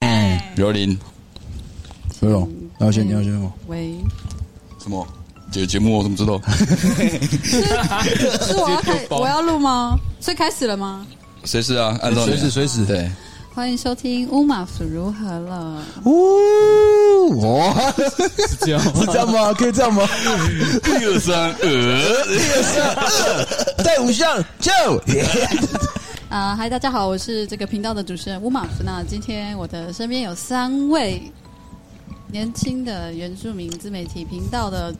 哎，刘琳，何总，嗯要先你要先吗？喂，什么？这个节目我怎么知 道？是我要开我要录吗？所以开始了吗？谁是啊？按照你随时随时对，欢迎收听乌马府如何了？呜，哇，是这样吗是这样吗？可以这样吗？一二三，呃，在五项就啊、嗨，大家好，我是这个频道的主持人乌马夫。那今天我的身边有三位年轻的原住民自媒体频道的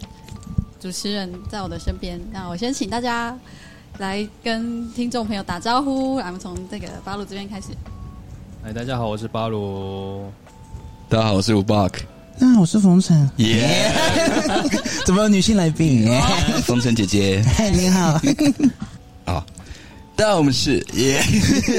主持人在我的身边。那我先请大家来跟听众朋友打招呼，然后从这个八路这边开始。哎，大家好，我是巴鲁。大家好，我是 Bug，嗯那我是冯晨，耶， 怎么有女性来宾？ 风尘姐 姐，嗨，哦你好，好，但我们是耶，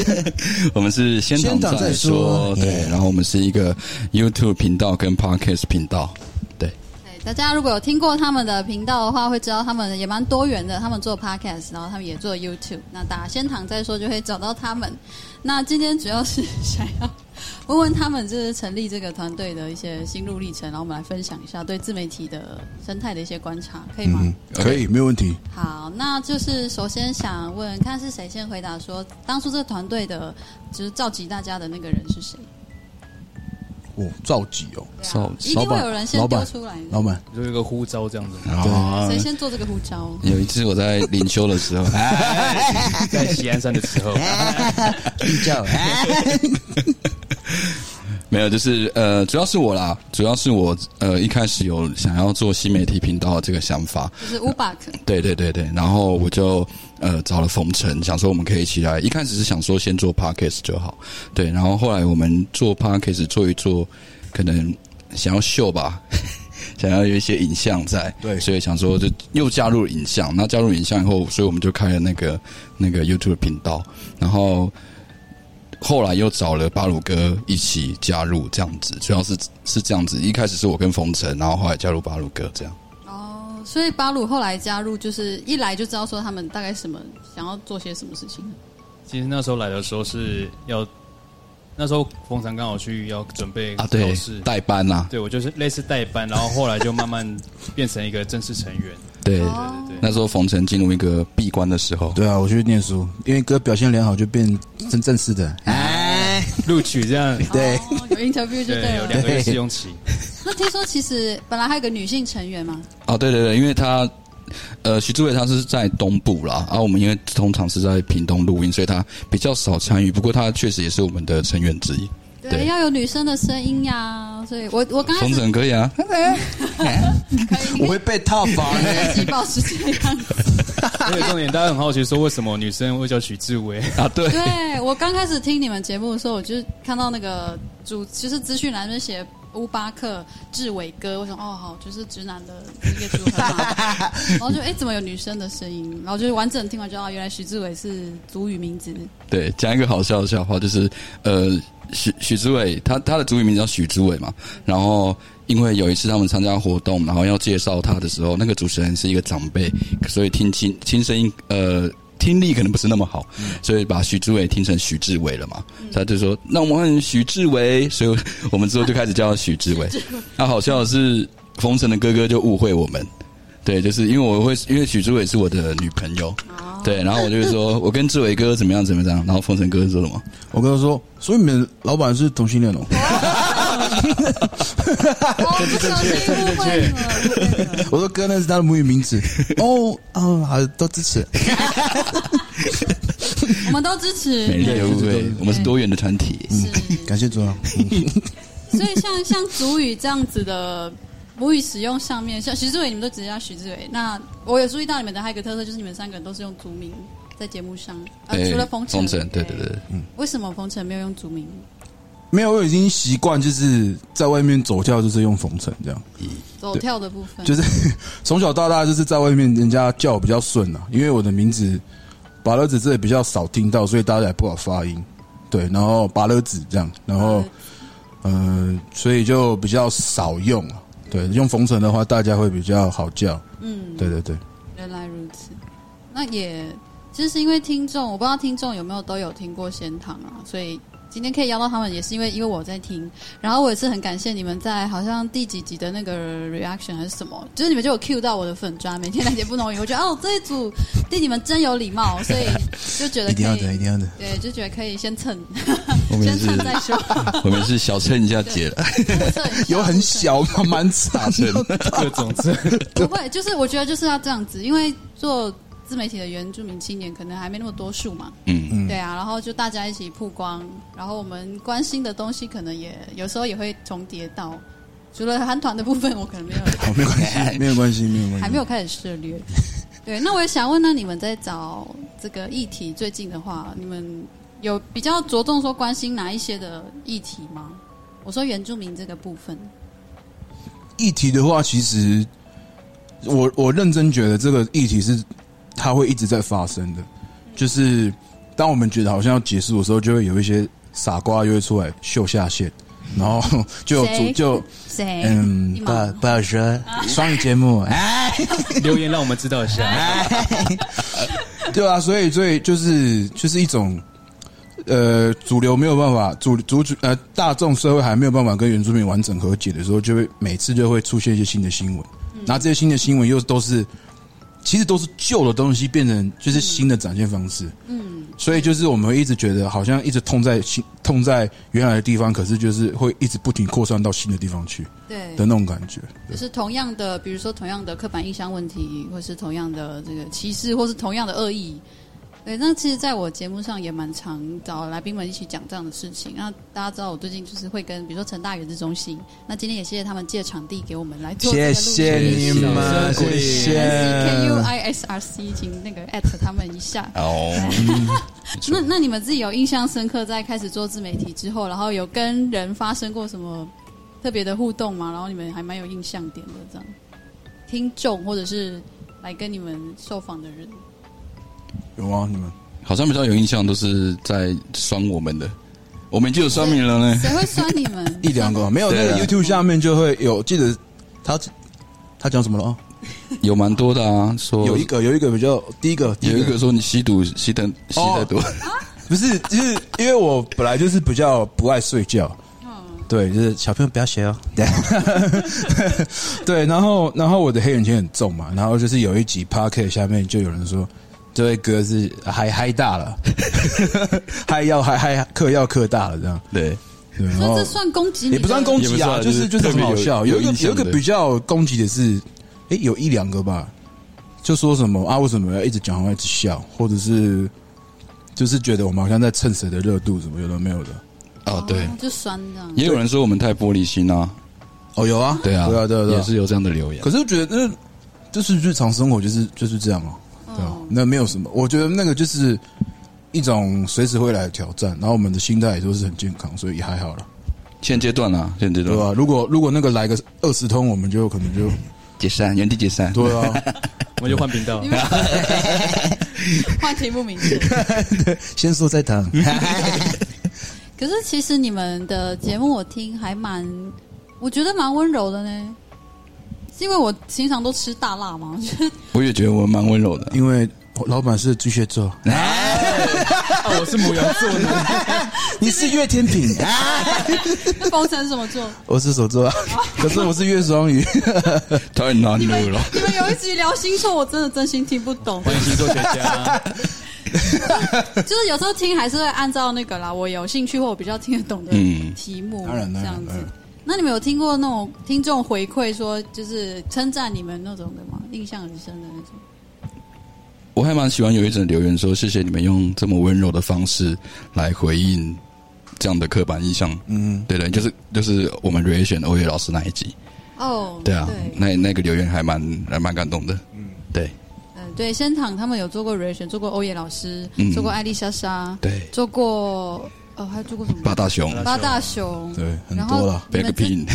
我们是先先讲讲再说对耶，然后我们是一个 YouTube 频道跟 Podcast 频道，对，对，大家如果有听过他们的频道的话，会知道他们也蛮多元的。他们做 podcast，然后他们也做 YouTube。那打先躺再说就会找到他们。那今天主要是想要 问问他们，就是成立这个团队的一些心路历程，然后我们来分享一下对自媒体的生态的一些观察，可以吗？嗯，可以，没有问题。好，那就是首先想问，看是谁先回答说，当初这个团队的，就是召集大家的那个人是谁？哦，召集哦，对啊召一定老会板有人先老丢板出来的。老板，就有一个呼召这样子，啊谁先做这个呼召？有一次我在灵修的时 候，啊在西安山的时候，立教，没有，就是呃，主要是我啦，主要是我呃一开始有想要做新媒体频道的这个想法，就是 u b a k 对对对对，然后我就呃找了冯晨，想说我们可以一起来。一开始是想说先做 podcast 就好，对，然后后来我们做 podcast 做一做，可能想要秀吧， 想要有一些影像在，对所以想说就又加入了影像。那加入影像以后，所以我们就开了那个那个 YouTube 频道，然后后来又找了巴鲁哥一起加入，这样子，主要是是这样子。一开始是我跟冯晨，然后后来加入巴鲁哥这样。哦，所以巴鲁后来加入，就是一来就知道说他们大概什么想要做些什么事情。其实那时候来的时候是要，那时候冯长刚好去要准备啊，对考试，，代班啊啦、对我就是类似代班，然后后来就慢慢变成一个正式成员，对，对对那时候冯晨进入一个闭关的时候，对啊，我去念书，因为哥表现良好，就变真正式的。哎，对，录取这样，对， 嗯哦、有 interview 就对，对有了。两个月试用期，那听说其实本来还有个女性成员嘛，哦，对对对，因为他呃徐志伟他是在东部啦，啊，我们因为通常是在屏东录音，所以他比较少参与，不过他确实也是我们的成员之一。对，对要有女生的声音呀。所以我我刚开冯始晨可以啊，可以，我会被套房你呢。可以自己保持这个样子。而且重点大家很好奇说为什么女生会叫许志伟，啊对，对我刚开始听你们节目的时候，我就是看到那个主，就是资讯栏那边写乌巴克志伟哥，我想哦好，就是直男的一个组合 嘛。然后就哎怎么有女生的声音？然后就是完整听完就哦，原来徐志伟是族语名字。对，讲一个好笑的笑话，就是呃，许许志伟，他他的主语名叫许志伟嘛。然后因为有一次他们参加活动，然后要介绍他的时候，那个主持人是一个长辈，所以听清听声音，呃，听力可能不是那么好，所以把许志伟听成许志伟了嘛。他就说：“那我们欢迎许志伟。”所以我们之后就开始叫他许志伟。那好笑的是，冯晨的哥哥就误会我们。对，就是因为我会，因为许志伟是我的女朋友，哦对，然后我就说，我跟志伟哥怎么样怎么样，然后风尘哥说什么？ 我跟他说，所以你们老板是同性恋哦。哦，不小心误会了误会了。我说哥，那是他的母语名 字。哦，哦，好，都支持。我们都支持。美丽的误对会，我们是多元的团体。是啊感谢主啊任。所以像像主语这样子的母语使用上面，像徐志伟，你们都直接叫徐志伟。那我有注意到你们的还有一个特色，就是你们三个人都是用族名在节目上，呃，哎除了嗯冯风晨，对对对，为什么冯晨没有用族名？没有，我已经习惯，就是在外面走跳，就是用冯晨这样，走跳的部分，就是从小到大就是在外面人家叫我比较顺啊，因为我的名字拔乐子这里比较少听到，所以大家也不好发音。对，然后拔乐子这样，然后呃，所以就比较少用啊。对，用冯晨的话，大家会比较好叫。嗯，对对对，原来如此。那也其实是因为听众，我不知道听众有没有都有听过仙堂啊，所以今天可以邀到他们，也是因为因为我在听，然后我也是很感谢你们在好像第几集的那个 reaction 还是什么，就是你们就有 cue 到我的粉砖，每天来节不容易，我觉得哦这一组对你们真有礼貌，所以就觉 得一定要可的，一以，定要的。对，就觉得可以先蹭，我们也先是蹭再 说，我们是小蹭一下姐了，蹭一下有很小吗？蛮惨 蹭的。各种这不会，就是我觉得就是要这样子，因为做自媒体的原住民青年可能还没那么多数嘛，嗯，嗯对啊，然后就大家一起曝光，然后我们关心的东西可能也有时候也会重叠到，除了韩团的部分，我可能没有好，没有关系，没有关系，没有关系。还没有开始涉略。对，那我也想问，那你们在找这个议题最近的话，你们有比较着重说关心哪一些的议题吗？我说原住民这个部分，议题的话，其实我我认真觉得这个议题是它会一直在发生的，就是当我们觉得好像要结束的时候，就会有一些傻瓜就会出来秀下限，然后就有主谁就谁？嗯，你不好吗不好说，双语节目，哎，留言让我们知道一下。对啊，所以所以就是就是一种。呃，主流没有办法，主主主呃，大众社会还没有办法跟原住民完整和解的时候，就会每次就会出现一些新的新闻，然后这些新的新闻又都是其实都是旧的东西变成就是新的展现方式，嗯，所以就是我们会一直觉得好像一直痛在新痛在原来的地方，可是就是会一直不停扩散到新的地方去对，的那种感觉，就是同样的，比如说同样的刻板印象问题，或是同样的这个歧视，或是同样的恶意。对，那其实在我节目上也蛮常找来宾们一起讲这样的事情。那大家知道，我最近就是会跟比如说成大原子中心，那今天也谢谢他们借场地给我们来做这个谢录谢你们，谢谢谢谢 K。U I S R C，请那个 at 他们一下。哦，那那你们自己有印象深刻，在开始做自媒体之后，然后有跟人发生过什么特别的互动吗？然后你们还蛮有印象点的，这样听众或者是来跟你们受访的人，有吗？你们？好像比较有印象都是在酸我们的，我们就有酸民了呢。谁会酸你们 一两个没有那个对啊 YouTube 下面就会有，记得他他讲什么了啊？有蛮多的啊，说有一个哦有一个比较第一个第有一个说你吸毒吸的吸太多， 不是，就是因为我本来就是比较不爱睡觉，哦对，就是小朋友不要学哦。对， 对，然后然后我的黑眼圈很重嘛，然后就是有一集 p o c k e t 下面就有人说。这位哥是嗨嗨大 了，嗨要嗨嗨嗑要嗑大了这样，对，对，然所以后这算攻击你？也不算攻击啊，也不算就是就就是是特很别有好笑。有一个有印有象一的个比较攻击的是，诶，有一两个吧，就说什么啊，为什么要一直讲话一直笑，或者是就是觉得我们好像在蹭谁的热度，什么有的没有的。哦对哦，，就酸这样。也有人说我们太玻璃心啊，哦，有啊，对啊，对啊，对啊，对也啊。是有这样的留言可。是我觉得那就是日常生活就是就是这样啊，对啊，那没有什么，我觉得那个就是一种随时会来的挑战，然后我们的心态也都是很健康，所以也还好了，现阶段啊，现阶对段吧？如果如果那个来个二十通，我们就可能就解散，原地解散。对 啊。我们就换频 道你，们换题目名字。先说再谈。可是其实你们的节目我听还蛮，我觉得蛮温柔的呢。是因为我平常都吃大辣嘛，我觉得我也觉得我蛮温柔的，因为老板是巨蟹 座，哎啊我是母羊座的，你是月天品，啊 那包成什么做？ 我是手哦座，可是我是月双 鱼。 太难你录们了。你们有一集聊星座，我真的真心听不 懂。欢迎星座学家。就是有时候听还是会按照那个啦，我有兴趣或我比较听得懂的嗯题目，当然当这然样子当然。那你们有听过那种听众回馈说，就是称赞你们那种的吗？印象很深的那种。我还蛮喜欢有一种留言说，谢谢你们用这么温柔的方式来回应这样的刻板印象。嗯，对对，就是就是我们 reaction 欧耶老师那一集，哦，对啊，对，那那个留言还蛮还蛮感动的。嗯，对嗯，对，仙堂他们有做过 r e a c t i o n 做过欧野老师，嗯做过艾丽莎莎，对，做过呃，还做过什么八？大熊八大熊，对很然后多了你们 back 自 pin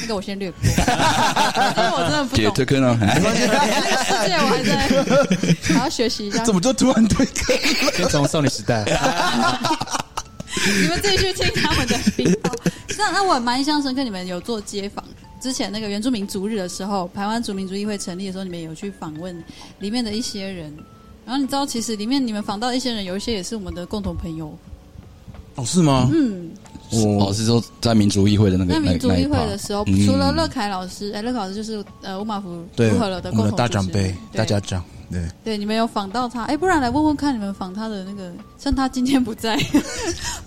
那个我先略 过，因为我真的不姐懂，这个 呢？对那个世界我还 在，还要学习一下怎。么就突然对先从少女时代，你们自己去听他们的频道。那那我蛮印象深刻，你们有做街访。之前那个原住民族日的时候，台湾族民族议会成立的时候，你们有去访问里面的一些人。然后你知道，其实里面你们访到一些人，有一些也是我们的共同朋友，哦，是吗？嗯，哦，哦，是说在民族议会的那个那那民族那一议会趴的时候，嗯除了乐凯老师，哎，乐凯老师就是呃乌马福对，如我何了的们共的同嗯大主长持辈人，大对家长，对，对，你们有访到他，哎，不然来问问看，你们访他的那个，像他今天 不在，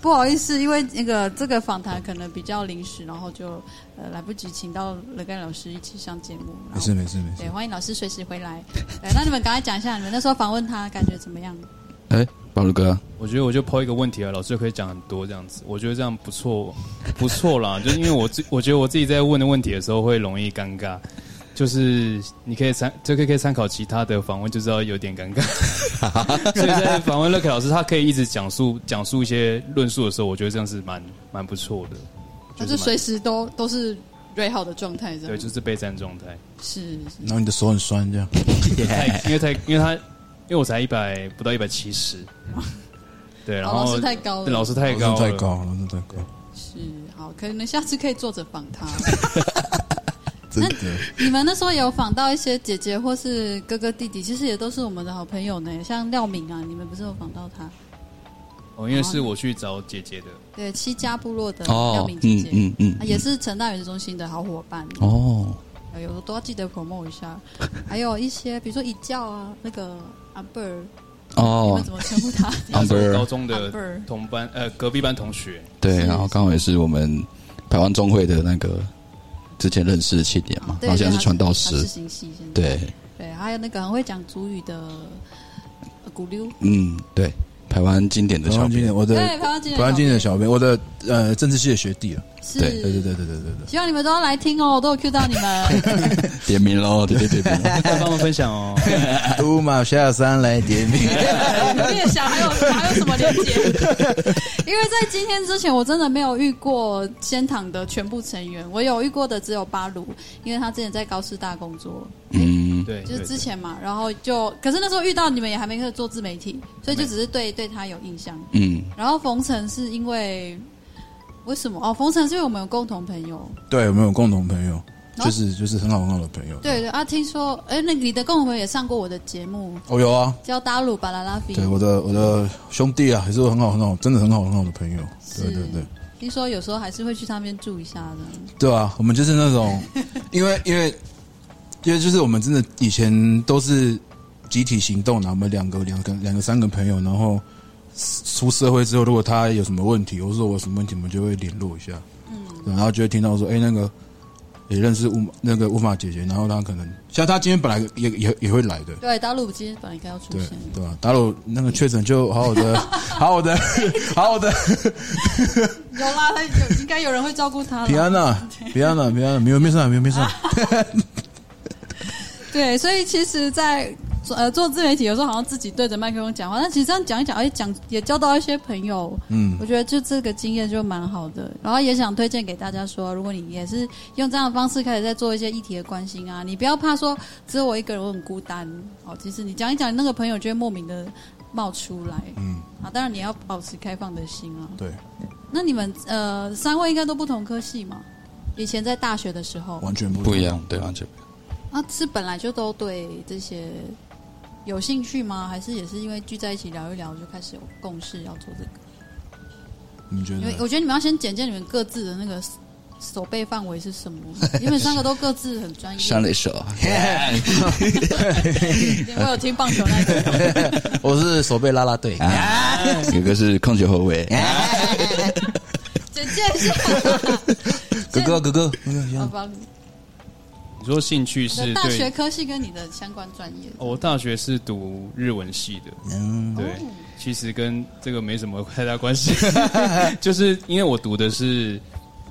不好意思，因为那个这个访谈可能比较临时，然后就呃来不及请到乐盖老师一起上节目。然没后事没事没对，事。欢迎老师随时回来。对，那你们赶快讲一下，你们那时候访问他感觉怎么样？哎，保罗哥，我觉得我就抛一个问题啊，老师就可以讲很多这样子，我觉得这样不错，不错啦。 就是因为我自我觉得我自己在问的问题的时候会容易尴尬，就是你可以参这个可以参考其他的访问，就知道有点尴尬。 所以在访问乐凯老师，他可以一直讲述讲述一些论述的时候，我觉得这样是蛮蛮不错的。他就就是随时都都是蕊好的状态，这对，样就是备战状态。是然后你的手很酸，这样太因为太因为他因为我才一百不到一百 七十，对，然哦老后师太高了对老师太老高师太了高，老师太高，是好，可能下次可以坐着访他。真的。你们那时候有访到一些姐姐或是哥哥弟弟，其实也都是我们的好朋友呢，像廖敏啊，你们不是有访到他？哦，因为是我去找姐姐的，对，七家部落的廖哦敏，姐嗯姐，嗯嗯啊，也是成大园中心的好伙伴，哦，哎呦，都要记得 promote 一下。还有一些，比如说一教啊，那个阿贝尔，你哦们，怎么称呼 他？她是我 Amber 高中的 Amber 同班呃隔壁班同 学，对，是然后刚好也是我们台湾中会的那个之前认识的庆典嘛，对然后现在对啊是传道他师是，行系，现在对，对，还有那个很会讲主语的呃古溜，哎嗯，对，台湾经典的台小湾经品典，我的对，台湾经典，台湾经典的小编，我的呃政治系的学弟啊，是，对对对对对对对对，希望你们都要来听哦，我都有 Q 到你 们。点名喽，对对对点 名再哎帮我分享哦。都马下山来点名， 你也想还有还有什么连接？因为在今天之前，我真的没有遇过仙堂的全部成员，我有遇过的只有巴鲁，因为他之前在高师大工作，嗯，对， 就是对之前嘛，然后就可是那时候遇到你们也还没开始做自媒体，所以就只是对对他有印象。嗯，然后冯晨是因为为什么？哦，冯晨是因为我们有共同朋友，对，我们有共同朋友，哦就是就是很好很好的朋友。对对啊，听说哎，那个你的共同朋友也上过我的节目，哦，有啊，叫达鲁巴拉拉比。对我的我的兄弟啊，也是我很好很好，真的很好很好的朋友。是对对对，听说有时候还是会去他那边住一下的。对啊，我们就是那种，因为因为因为就是我们真的以前都是集体行动啊的，我们两个两个两个三个朋友，然后出社会之后，如果他有什么问题，或者说我有什么问题，我们就会联络一下，嗯，然后就会听到说，哎、那个也认识乌马那个乌马姐姐，然后他可能像他今天本来也也也会来的。对，大陆今天本来应该要出对现，对吧、打鲁那个确诊就好好的，好好的，好好的，有啦，他有应该有人会照顾他平啦。安呐，平安呐，平安，没有没事啊，没有没事啊。对，所以其实在，做呃做自媒体，有时候好像自己对着麦克风讲话，但其实这样讲一讲，哎，讲也交到一些朋友，嗯，我觉得就这个经验就蛮好的。然后也想推荐给大家说，如果你也是用这样的方式开始在做一些议题的关心啊，你不要怕说只有我一个人我很孤单哦。其实你讲一讲，那个朋友就会莫名的冒出来。嗯，啊，当然你要保持开放的心啊。对，那你们呃三位应该都不同科系嘛？以前在大学的时候完全不不一样，对，完全啊，是本来就都对这些有兴趣吗？还是也是因为聚在一起聊一聊就开始有共识要做这个？你觉因为得？我觉得你们要先简介你们各自的那个手背范围是什么，因为你们三个都各自很专业三。垒 手，我有听棒球那 个，我是手背拉拉队，啊有一个啊是控球后卫，简介一下。哥 哥哥哥，那个好样吧，你说兴趣你的是呃大学对，科系跟你的相关专业，哦我大学是读日文系的，嗯，对，其实跟这个没什么太大关系，就是因为我读的是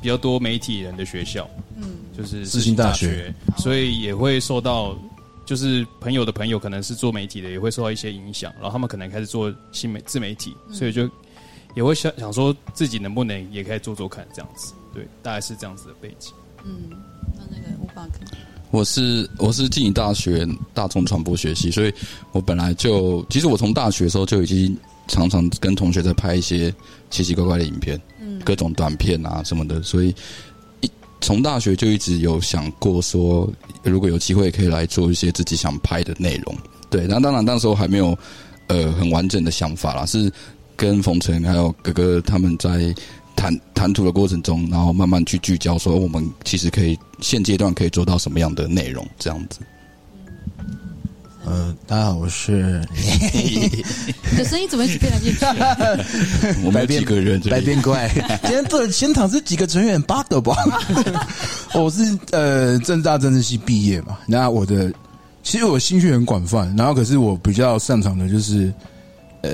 比较多媒体人的学校，嗯，就是世新大学大学所以也会受到就是朋友的朋友可能是做媒体的，也会受到一些影响，然后他们可能开始做新媒自媒体，所以就也会想想说自己能不能也可以做做看这样子，对，大概是这样子的背景。嗯，那那个无法可我是我是进大学大众传播学系，所以我本来就其实我从大学的时候就已经常常跟同学在拍一些奇奇怪怪的影片，嗯各种短片啊什么的，所以一从大学就一直有想过说，如果有机会可以来做一些自己想拍的内容。对，那当然那时候还没有呃很完整的想法啦，是跟冯晨还有哥哥他们在谈谈吐的过程中，然后慢慢去聚焦，说我们其实可以现阶段可以做到什么样的内容，这样子。呃，大家好，我是你的声音怎么一直变来变去？我们有几个人这 白里，变怪。 今天这现场是几个成员？八个吧。 我是呃政大政治系毕业嘛，那我的其实我兴趣很广泛，然后可是我比较擅长的就是呃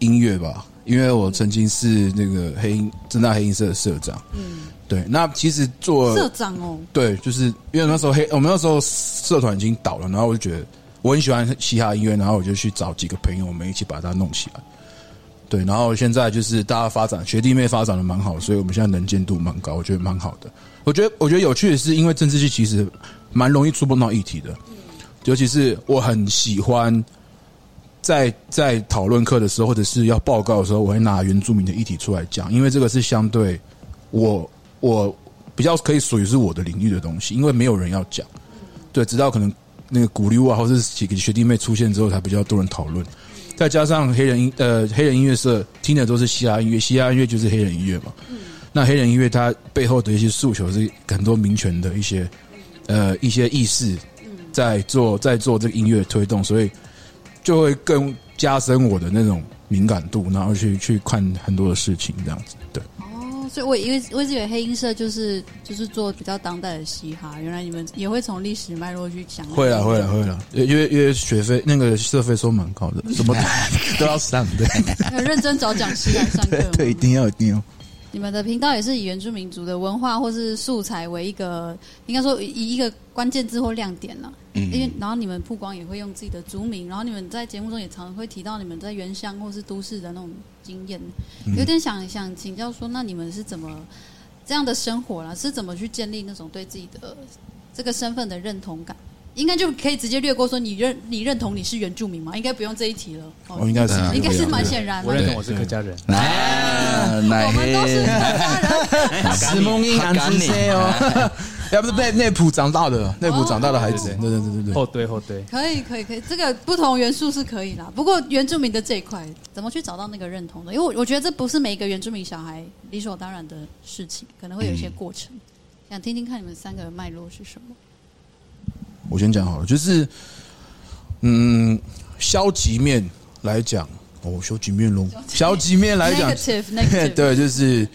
音乐吧，因为我曾经是那个黑音政大黑音社的社长。嗯，对，那其实做社长哦，对，就是因为那时候黑，我们那时候社团已经倒了，然后我就觉得我很喜欢嘻哈音乐，然后我就去找几个朋友，我们一起把它弄起来。对，然后现在就是大家发展，学弟妹发展的蛮好，所以我们现在能见度蛮高，我觉得蛮好的。我觉得我觉得有趣的是，因为政治系其实蛮容易触碰到议题的，尤其是我很喜欢在在讨论课的时候，或者是要报告的时候，我会拿原住民的议题出来讲，因为这个是相对我我比较可以属于是我的领域的东西，因为没有人要讲。对，直到可能那个古力啊，或是几个学弟妹出现之后，才比较多人讨论。再加上黑人音呃黑人音乐社听的都是嘻哈音乐，嘻哈音乐就是黑人音乐嘛。那黑人音乐它背后的一些诉求是很多民权的一些呃一些意识，在做在做这个音乐推动，所以就会更加深我的那种敏感度，然后去去看很多的事情这样子。对，哦，所以我以为我一直以为黑音社就是就是做比较当代的嘻哈，原来你们也会从历史脉络去讲。会啊了，会 了，会了，因为因为学费那个社费收蛮高的，什么都要上，对很认真找讲师来上课对吗。 对，一定要一定要。你们的频道也是以原住民族的文化或是素材为一个，应该说以一个关键字或亮点了。嗯因为然后你们不光也会用自己的族名，然后你们在节目中也常会提到你们在原乡或是都市的那种经验，有点想想请教说，那你们是怎么这样的生活啦？是怎么去建立那种对自己的这个身份的认同感？应该就可以直接略过说你认你认同你是原住民吗？应该不用这一题了。我应该是哦啊应该是蛮险。显然我的认。同我是客家人，啊，我奶们 都是客家人。石梦英他干安之你塞哦， 要不是被内埔长大的，内埔长大的孩子，对对对对对。后堆后堆。可以，可以，可以，这个不同元素是可以啦。不过原住民的这一块，怎么去找到那个认同的？因为我我觉得这不是每一个原住民小孩理所当然的事情，可能会有一些过程。想听听看你们三个的脉络是什么？我先讲好了，就是嗯，消极面来讲，哦，消极面喽，消极面来讲 Negative, negative 对，就是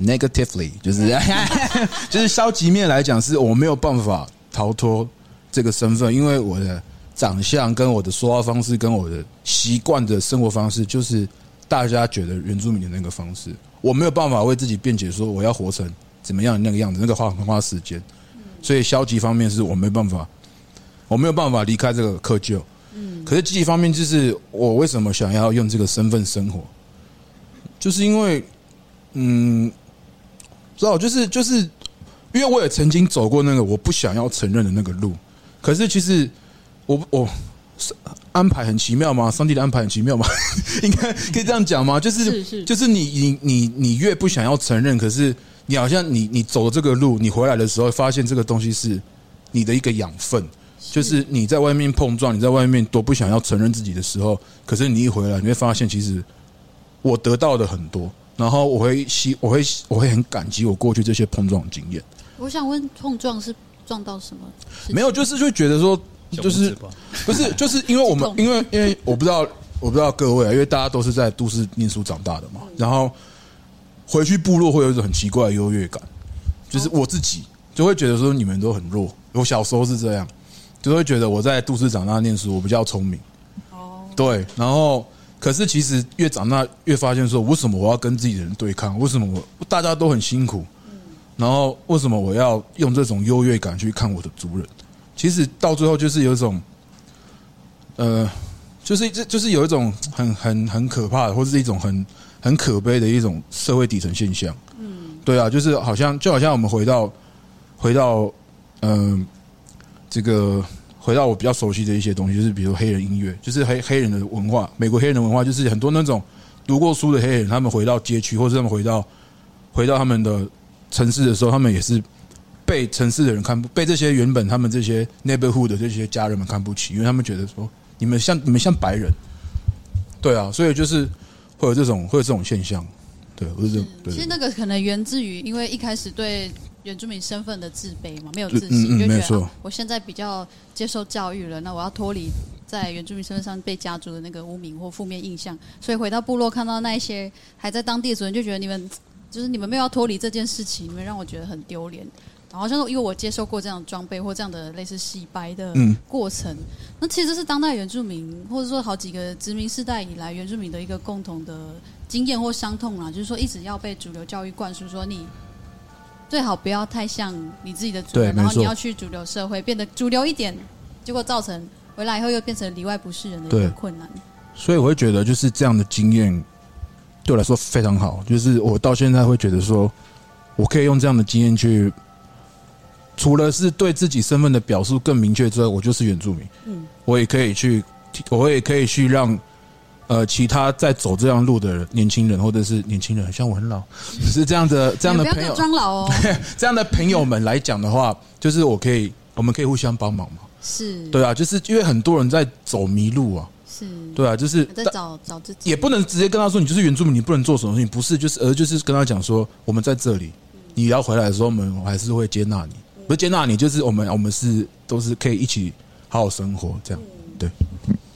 negatively，就是 就是消极面来讲，是我没有办法逃脱这个身份，因为我的长相、跟我的说话方式、跟我的习惯的生活方式，就是大家觉得原住民的那个方式，我没有办法为自己辩解说我要活成怎么样的那个样子，那个花很花时间，所以消极方面是我没办法，我没有办法离开这个窠臼。可是积极方面就是我为什么想要用这个身份生活，就是因为，嗯，不知道，就是就是，因为我也曾经走过那个我不想要承认的那个路，可是其实我我是安排很奇妙吗？上帝的安排很奇妙吗？ 应该可以这样讲吗？就是是是就是你你你你越不想要承认，可是你好像你你走的这个路，你回来的时候发现这个东西是你的一个养分。就是你在外面碰撞，你在外面多不想要承认自己的时候，可是你一回来，你会发现其实我得到的很多，然后我会希我会我会很感激我过去这些碰撞经验。我想问，碰撞是撞到什么事情？没有，就是就觉得说，就小拇是指吧不是就是因为我们激动因为因为我不知道我不知道各位啊，因为大家都是在都市念书长大的嗯嘛，然后回去部落会有一种很奇怪的优越感，哦就是我自己就会觉得说你们都很弱，我小时候是这样，就会觉得我在都市长大念书，我比较聪明。哦，对，然后可是其实越长大越发现说，为什么我要跟自己的人对抗？为什么我大家都很辛苦？然后为什么我要用这种优越感去看我的族人？其实到最后就是有一种，呃，就是这就是有一种很很很可怕的，或者是一种很很可悲的一种社会底层现象。嗯，对啊，就是好像就好像我们回到回到嗯、这个回到我比较熟悉的一些东西，就是比如黑人音乐，就是黑黑人的文化，美国黑人的文化，就是很多那种读过书的黑人，他们回到街区，或者他们回到回到他们的城市的时候，他们也是被城市的人看不，被这些原本他们这些 neighborhood 的这些家人们看不起，因为他们觉得说你们像你们像白人，对啊，所以就是会有这种会有这种现象，对，我是这对其实那个可能源自于，因为一开始对原住民身份的自卑嘛，没有自嗯嗯信，就没觉错得、啊我现在比较接受教育了，那我要脱离在原住民身份上被家族的那个污名或负面印象，所以回到部落看到那一些还在当地主人，就觉得你们就是你们没有要脱离这件事情，你们让我觉得很丢脸。然后像是因为我接受过这样的装备或这样的类似洗白的嗯过程，那其实这是当代原住民或者说好几个殖民世代以来原住民的一个共同的经验或伤痛啦，就是说一直要被主流教育灌输，说你最好不要太像你自己的主对流，没然后错你要去主流社会，变得主流一点，结果造成回来以后又变成里外不是人的一对个困难。所以我会觉得就是这样的经验对我来说非常好，就是我到现在会觉得说，我可以用这样的经验去，除了是对自己身份的表述更明确之外，我就是原住民，嗯，我也可以去，我也可以去让。呃，其他在走这样路的年轻人，或者是年轻人，像我很 老，只是这样的这样的你不朋要友给我，装老哦， 这样的朋友们来讲的话，就是我可以，我们可以互相帮忙嘛。是，对啊，就是因为很多人在走迷路啊，是，对啊，就是在但找找自己，也不能直接跟他说你就是原住民，你不能做什么事情，不是，就是而就是跟他讲说我们在这里，你要回来的时候，我们我还是会接纳你，不是接纳你，就是我们我们是都是可以一起好好生活这样。对，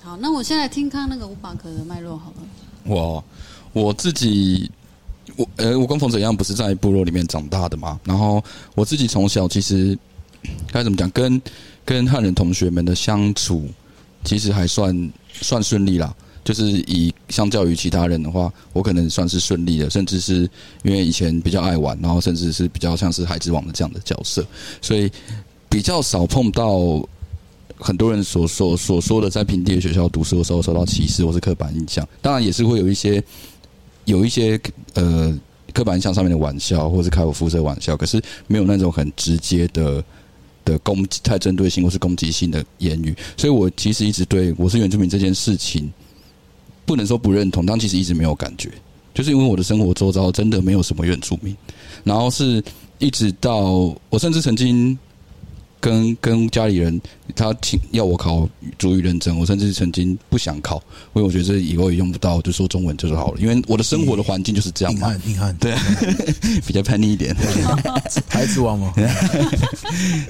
好，那我现在听看那个乌巴克的脉络好了。我我自己，我呃，我跟冯子一样，不是在部落里面长大的嘛。然后我自己从小其实该怎么讲，跟跟汉人同学们的相处，其实还算算顺利啦。就是以相较于其他人的话，我可能算是顺利的，甚至是因为以前比较爱玩，然后甚至是比较像是海之王的这样的角色，所以比较少碰到很多人所所所说的在平地的学校读书的时候受到歧视或是刻板印象，当然也是会有一些有一些呃刻板印象上面的玩笑，或是开我肤色玩笑，可是没有那种很直接的的攻击、太针对性或是攻击性的言语，所以我其实一直对我是原住民这件事情，不能说不认同，但其实一直没有感觉，就是因为我的生活周遭真的没有什么原住民，然后是一直到我甚至曾经。跟跟家里人，他请要我考主语认证，我甚至曾经不想考，因为我觉得这以后也用不到，就说中文就是好了。因为我的生活的环境就是这样硬嘛，汉硬汉，对，比较叛逆一点。 孩子王嘛，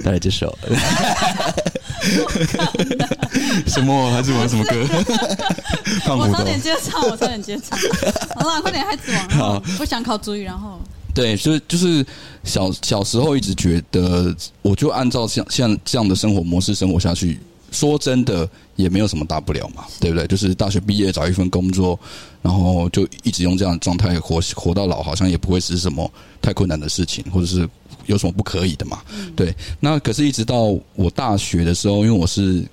带来这首。什么？ 还是玩什么歌？放我骨早头。点接唱，我早点接 唱。好啦，快点，孩子王。然后不想考主语，然后对，就是就是小小时候一直觉得，我就按照像像这样的生活模式生活下去，说真的也没有什么大不了嘛，对不对？就是大学毕业找一份工作，然后就一直用这样的状态活活到老，好像也不会是什么太困难的事情，或者是有什么不可以的嘛。对，那可是，一直到我大学的时候，因为我是。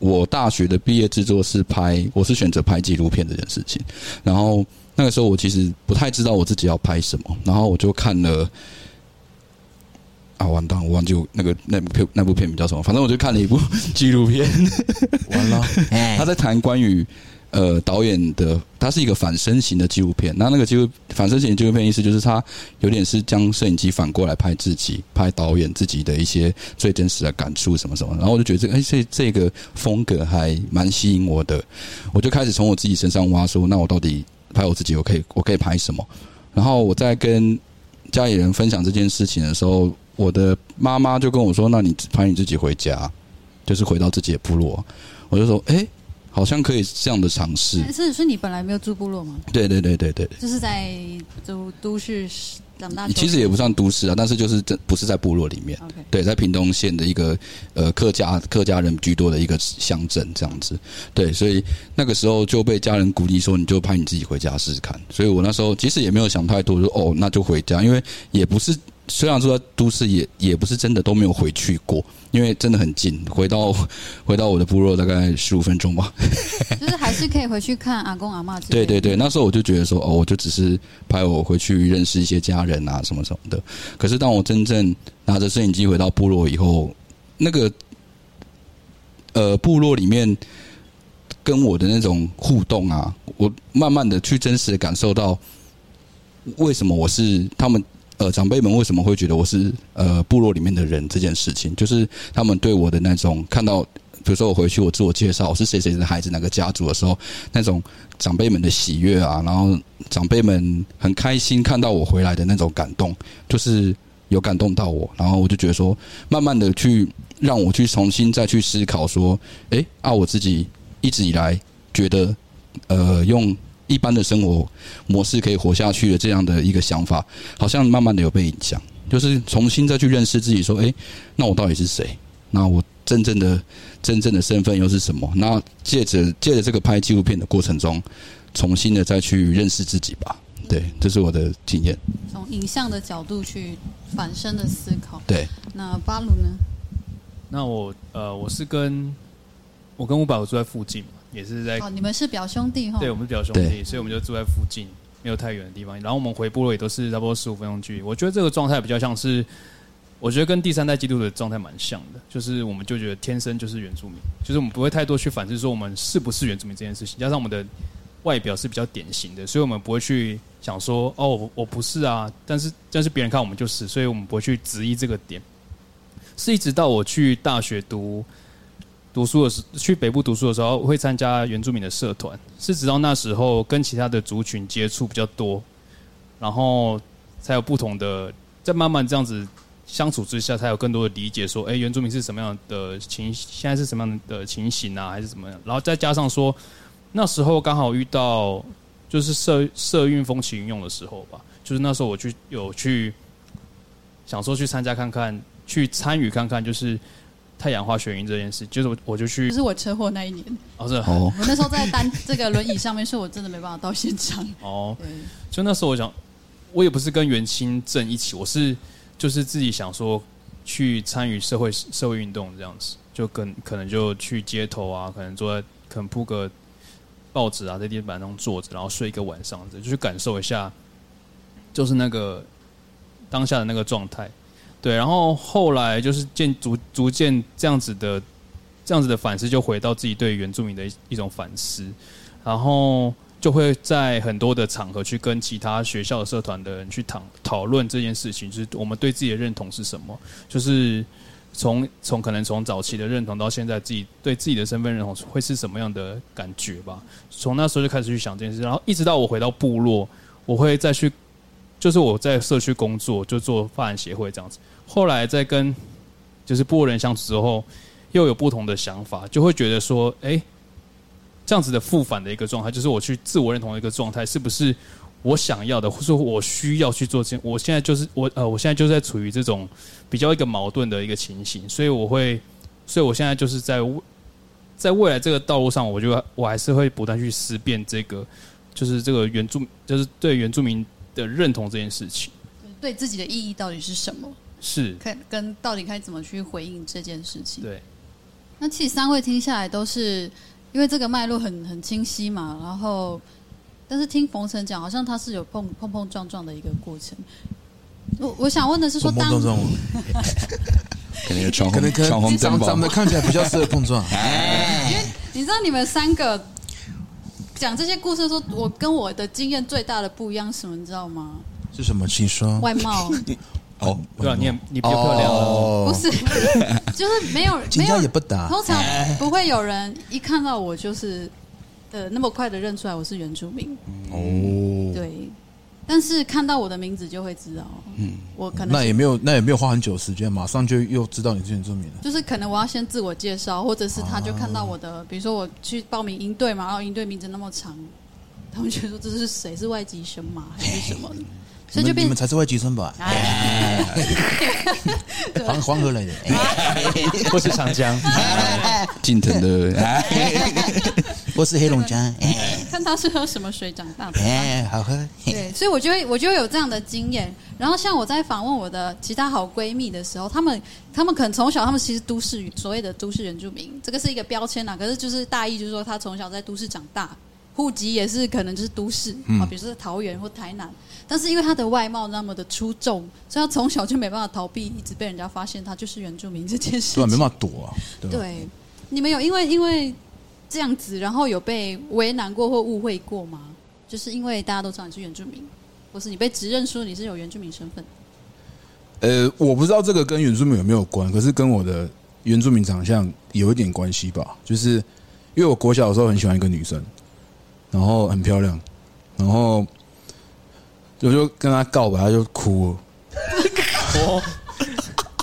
我大学的毕业制作是拍，我是选择拍纪录片这件事情。然后那个时候我其实不太知道我自己要拍什么，然后我就看了啊，完蛋，我忘记我那个那部片那部片名叫什么，反正我就看了一部 纪录片，完了， 他在谈关于呃导演的，他是一个反身型的纪录片。那那个纪录反身型的纪录片意思就是他有点是将摄影机反过来拍自己，拍导演自己的一些最真实的感触什么什么。然后我就觉得这个哎、这这个风格还蛮吸引我的，我就开始从我自己身上挖说，那我到底拍我自己，我可以我可以拍什么？然后我在跟家里人分享这件事情的时候，我的妈妈就跟我说：“那你拍你自己回家，就是回到自己的部落。”我就说：“哎、好像可以这样的尝试。哎是是你本来没有住部落嘛，”对对对对对，就是在都都市长大。其实也不。算都市啊，但是就是这不是在部落里面。 OK，对，在屏东县的一个呃客家客家人居多的一个乡镇这样子，对，所以那个时候就被家人鼓励说，你就拍你自己回家试试看。所以我那时候其实也没有想太多，就说哦，那就回家，因为也不是虽然说在都市也也不是真的都没有回去过，因为真的很近，回到回到我的部落大概十五分钟吧。就是还是可以回去看阿公阿妈。对对，对，那时候我就觉得说，哦，我就只是拍我回去认识一些家人啊，什么什么的。可是当我真正拿着摄影机回到部落以后，那个呃部落里面跟我的那种互动啊，我慢慢的去真实的感受到，为什么我是他们呃长辈们为什么会觉得我是呃部落里面的人这件事情，就是他们对我的那种看到。比如说我回去我自我介绍我是谁谁的孩子哪个家族的时候，那种长辈们的喜悦啊，然后长辈们很开心看到我回来的那种感动，就是有感动到我，然后我就觉得说，慢慢的去让我去重新再去思考说，诶，啊，我自己一直以来觉得，呃，用一般的生活模式可以活下去的这样的一个想法，好像慢慢的有被影响，就是重新再去认识自己，说，诶，那我到底是谁？那我真正的真正的身份又是什么？那借着借着这个拍纪录片的过程中，重新的再去认识自己吧。对，这是我的经验。从影像的角度去反身的思考。对，那巴鲁呢？那我呃，我是跟我跟五百，我住在附近嘛，也是哎在哦，你们是表兄弟哈。对，我们是表兄弟，对所以我们就住在附近，没有太远的地方。然后我们回部落也都是差不多十五分钟距离。我觉得这个状态比较像是，我觉得跟第三代基督的状态蛮像的，就是我们就觉得天生就是原住民，就是我们不会太多去反思说我们是不是原住民这件事情，加上我们的外表是比较典型的，所以我们不会去想说哦，我我不是啊，但是但是别人看我们就是，所以我们不会去质疑这个点。是一直到我去大学读读书的时，去北部读书的时候，会参加原住民的社团，是直到那时候跟其他的族群接触比较多，然后才有不同的，在慢慢这样子相处之下，才有更多的理解，说，哎、原住民是什么样的情，现在是什么样的情形啊，还是怎么样？然后再加上说，那时候刚好遇到就是社社运风起云涌的时候吧，就是那时候我去有去想说去参加看看，去参与看看，就是太阳花学运这件事，就是我我就去这，是我车祸那一年，哦是哦，我那时候在单这个轮椅上面，所以我真的没办法到现场。哦，对，就那时候我想，我也不是跟袁清正一起，我是就是自己想说去参与社会社会运动这样子，就跟可能就去街头啊，可能坐在可能铺个报纸啊，在地板上坐着，然后睡一个晚上，就去感受一下，就是那个当下的那个状态。对，然后后来就是渐逐逐渐这样子的这样子的反思，就回到自己对原住民的一一种反思，然后就会在很多的场合去跟其他学校的社团的人去讨讨论这件事情，就是我们对自己的认同是什么，就是从从可能从早期的认同到现在自己对自己的身份认同会是什么样的感觉吧。从那时候就开始去想这件事，然后一直到我回到部落，我会再去，就是我在社区工作，就做发展协会这样子。后来在跟就是部落人相处之后，又有不同的想法，就会觉得说，哎、这样子的复返的一个状态，就是我去自我认同的一个状态，是不是我想要的，或是我需要去做这件？我现在就是我呃，我现在就是在处于这种比较一个矛盾的一个情形，所以我会，所以我现在就是在未在未来这个道路上，我就我还是会不断去思辨这个，就是这个原住，就是对原住民的认同这件事情，对自己的意义到底是什么？是看跟到底该怎么去回应这件事情。对，那其实三位听下来都是因为这个脉络很很清晰嘛，然后但是听冯晨讲，好像他是有碰碰碰撞撞的一个过程。我我想问的是说，碰碰当撞撞，可能有闯可能红可闯红能灯长吧长。得看起来比较适合碰撞。啊 你知道你们三个讲这些故事的时候，我跟我的经验最大的不一样是什么，你知道吗？是什么？请说。外 貌哦，对啊，你也你比较漂亮啊，不哦，是， 就是没有 请没假有哦也不打。通常不会有人一看到我就是呃那么快的认出来我是原住民嗯哦，对，但是看到我的名字就会知道，嗯，我可那能也没有，那也没有花很久时间，马上就又知道你是原住民了。就是可能我要先自我介绍，或者是他就看到我的，比如说我去报名营队嘛，然后营队名字那么长，他们就说这是谁是外籍生吗还是 什么的，所你以就嗯们你变哎们才是外籍生 吧？ 黄黄河来的，哎或是长 江，哎近藤的哎我是黑龙江，哎看他是喝什么水长大的。哎，好喝。对，所以我就会我就会有这样的经验。然后像我在访问我的其他好闺蜜的时候，她们她们可能从小她们其实都市所谓的都市原住民，这个是一个标签啊啦。可是就是大意就是说，她从小在都市长大，户籍也是可能就是都市嗯啊，比如说桃园或台南。但是因为她的外貌那么的出众，所以她从小就没办法逃避，一直被人家发现她就是原住民这件对事情啊，。没办法躲啊。对嗯吧，对，你们有因为因为这样子，然后有被为难过或误会过吗？就是因为大家都知道你是原住民，或是你被指认说你是有原住民身份，呃，我不知道这个跟原住民有没有关，可是跟我的原住民长相有一点关系吧，就是因为我国小的时候很喜欢一个女生，然后很漂亮，然后我就跟她告白，她就哭了， 哦，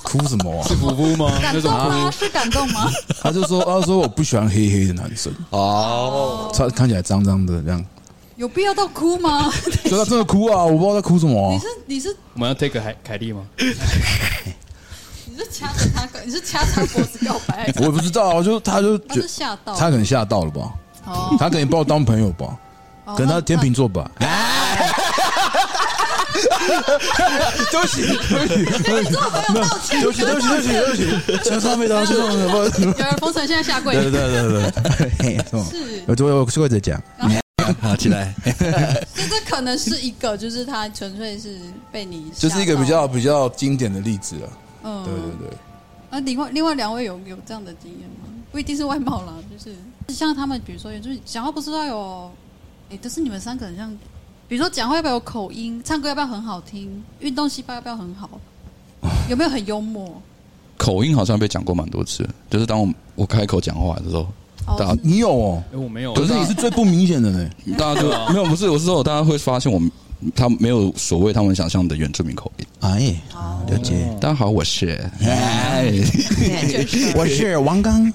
哭什么啊是？服夫吗？感那动种吗？是感动吗？她就说，她说我不喜欢黑黑的男生，哦，他看起来脏脏的这样， 有必要到哭吗？就她真的哭啊，我不知道她哭什么你啊、是你是我们要 take 凯凯莉吗？你是掐着他，你是掐着他脖子告白，还是我也不知道啊，就她就他觉是吓到她可能吓到了吧，哦，她可能把我当朋友吧，哦可能她是天那秤座吧。对不起，对不起，天秤座朋友道歉，对不起，对不起，对不起，对不起，全上没当，全上没当，有人封城现在下跪，对对对对对，是吗？是我我我跪着讲，好起来，这这可能是一个，就是他纯粹是被你吓这到是一个比较比较经典的例子了。嗯，对对对，那呃另外另外两位有有这样的经验吗？不一定是外貌啦，就是像他们，比如说，就是讲话不知道有，哎，都是你们三个很像，比如说讲话要不要有口音，唱歌要不要很好听，运动细胞要不要很好，有没有很幽默？口音好像被讲过蛮多次了，就是当我我开口讲话的时候，大哦家，你有哦，哎，我没有，可是你是最不明显的呢。大家就没有不是，我是说大家会发现我们他没有所谓他们想象的原住民口音。哎，好，了解，大家好，我是哎 我是王刚。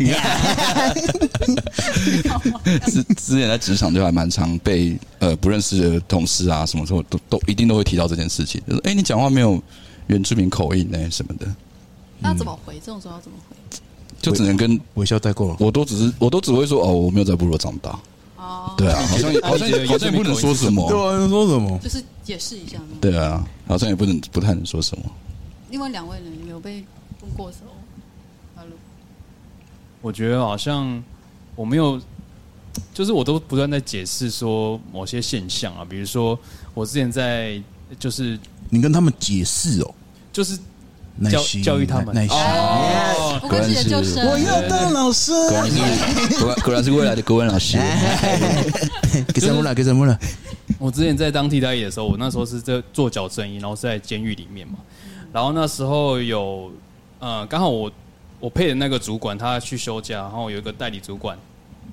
之之前在职场就还蛮常被呃不认识的同事啊什么时候都都一定都会提到这件事情，就是哎、你讲话没有原住民口音呢、哎什么的，那怎么回？这种时候要怎么回？就只能跟微笑带过了，我都只是我都只会说哦我没有在部落长大，哦，对啊，好像也啊好像你觉得也好像也不能说什对么，啊，能说什么？就是解释一下嘛。对啊，好像也不能不太能说什么。另外两位呢，有被问过什么？哈喽我觉得好像我没有，就是我都不断在解释说某些现象啊，比如说我之前在就是你跟他们解释哦，就是耐教心，教育他们耐心。哦不愧是研究生，果要当老师，果啊然是果然果然是未来的国文老师，哎哎给什么了？给什么了？我之前在当替代役的时候，我那时候是在做矫正医，然后是在监狱里面嘛。然后那时候有，呃，刚好我我配的那个主管他去休假，然后有一个代理主管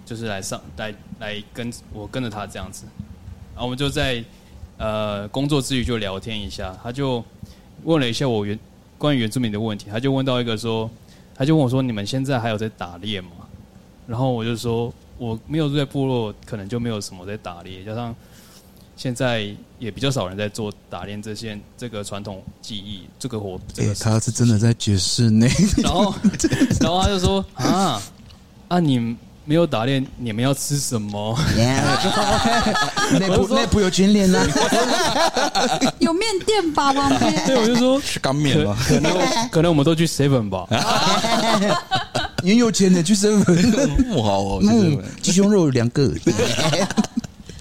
就是来上来来跟我跟着他这样子，然后我们就在呃工作之余就聊天一下，他就问了一下我原关于原住民的问题，他就问到一个说，他就问我说你们现在还有在打猎吗？然后我就说我没有在部落，可能就没有什么在打猎，加上现在也比较少人在做打猎这些这个传统技艺这个活这哎个，事他是真的在解释呢。然后然后他就说啊啊你没有打猎，你们要吃什么？ 内部内部有啊群联 呢。有面店吧，旁边对，我就说是干面可吗？可能我可能我们都去 seven 吧，也有钱的去身份，木好哦，就是嗯，鸡胸肉两个，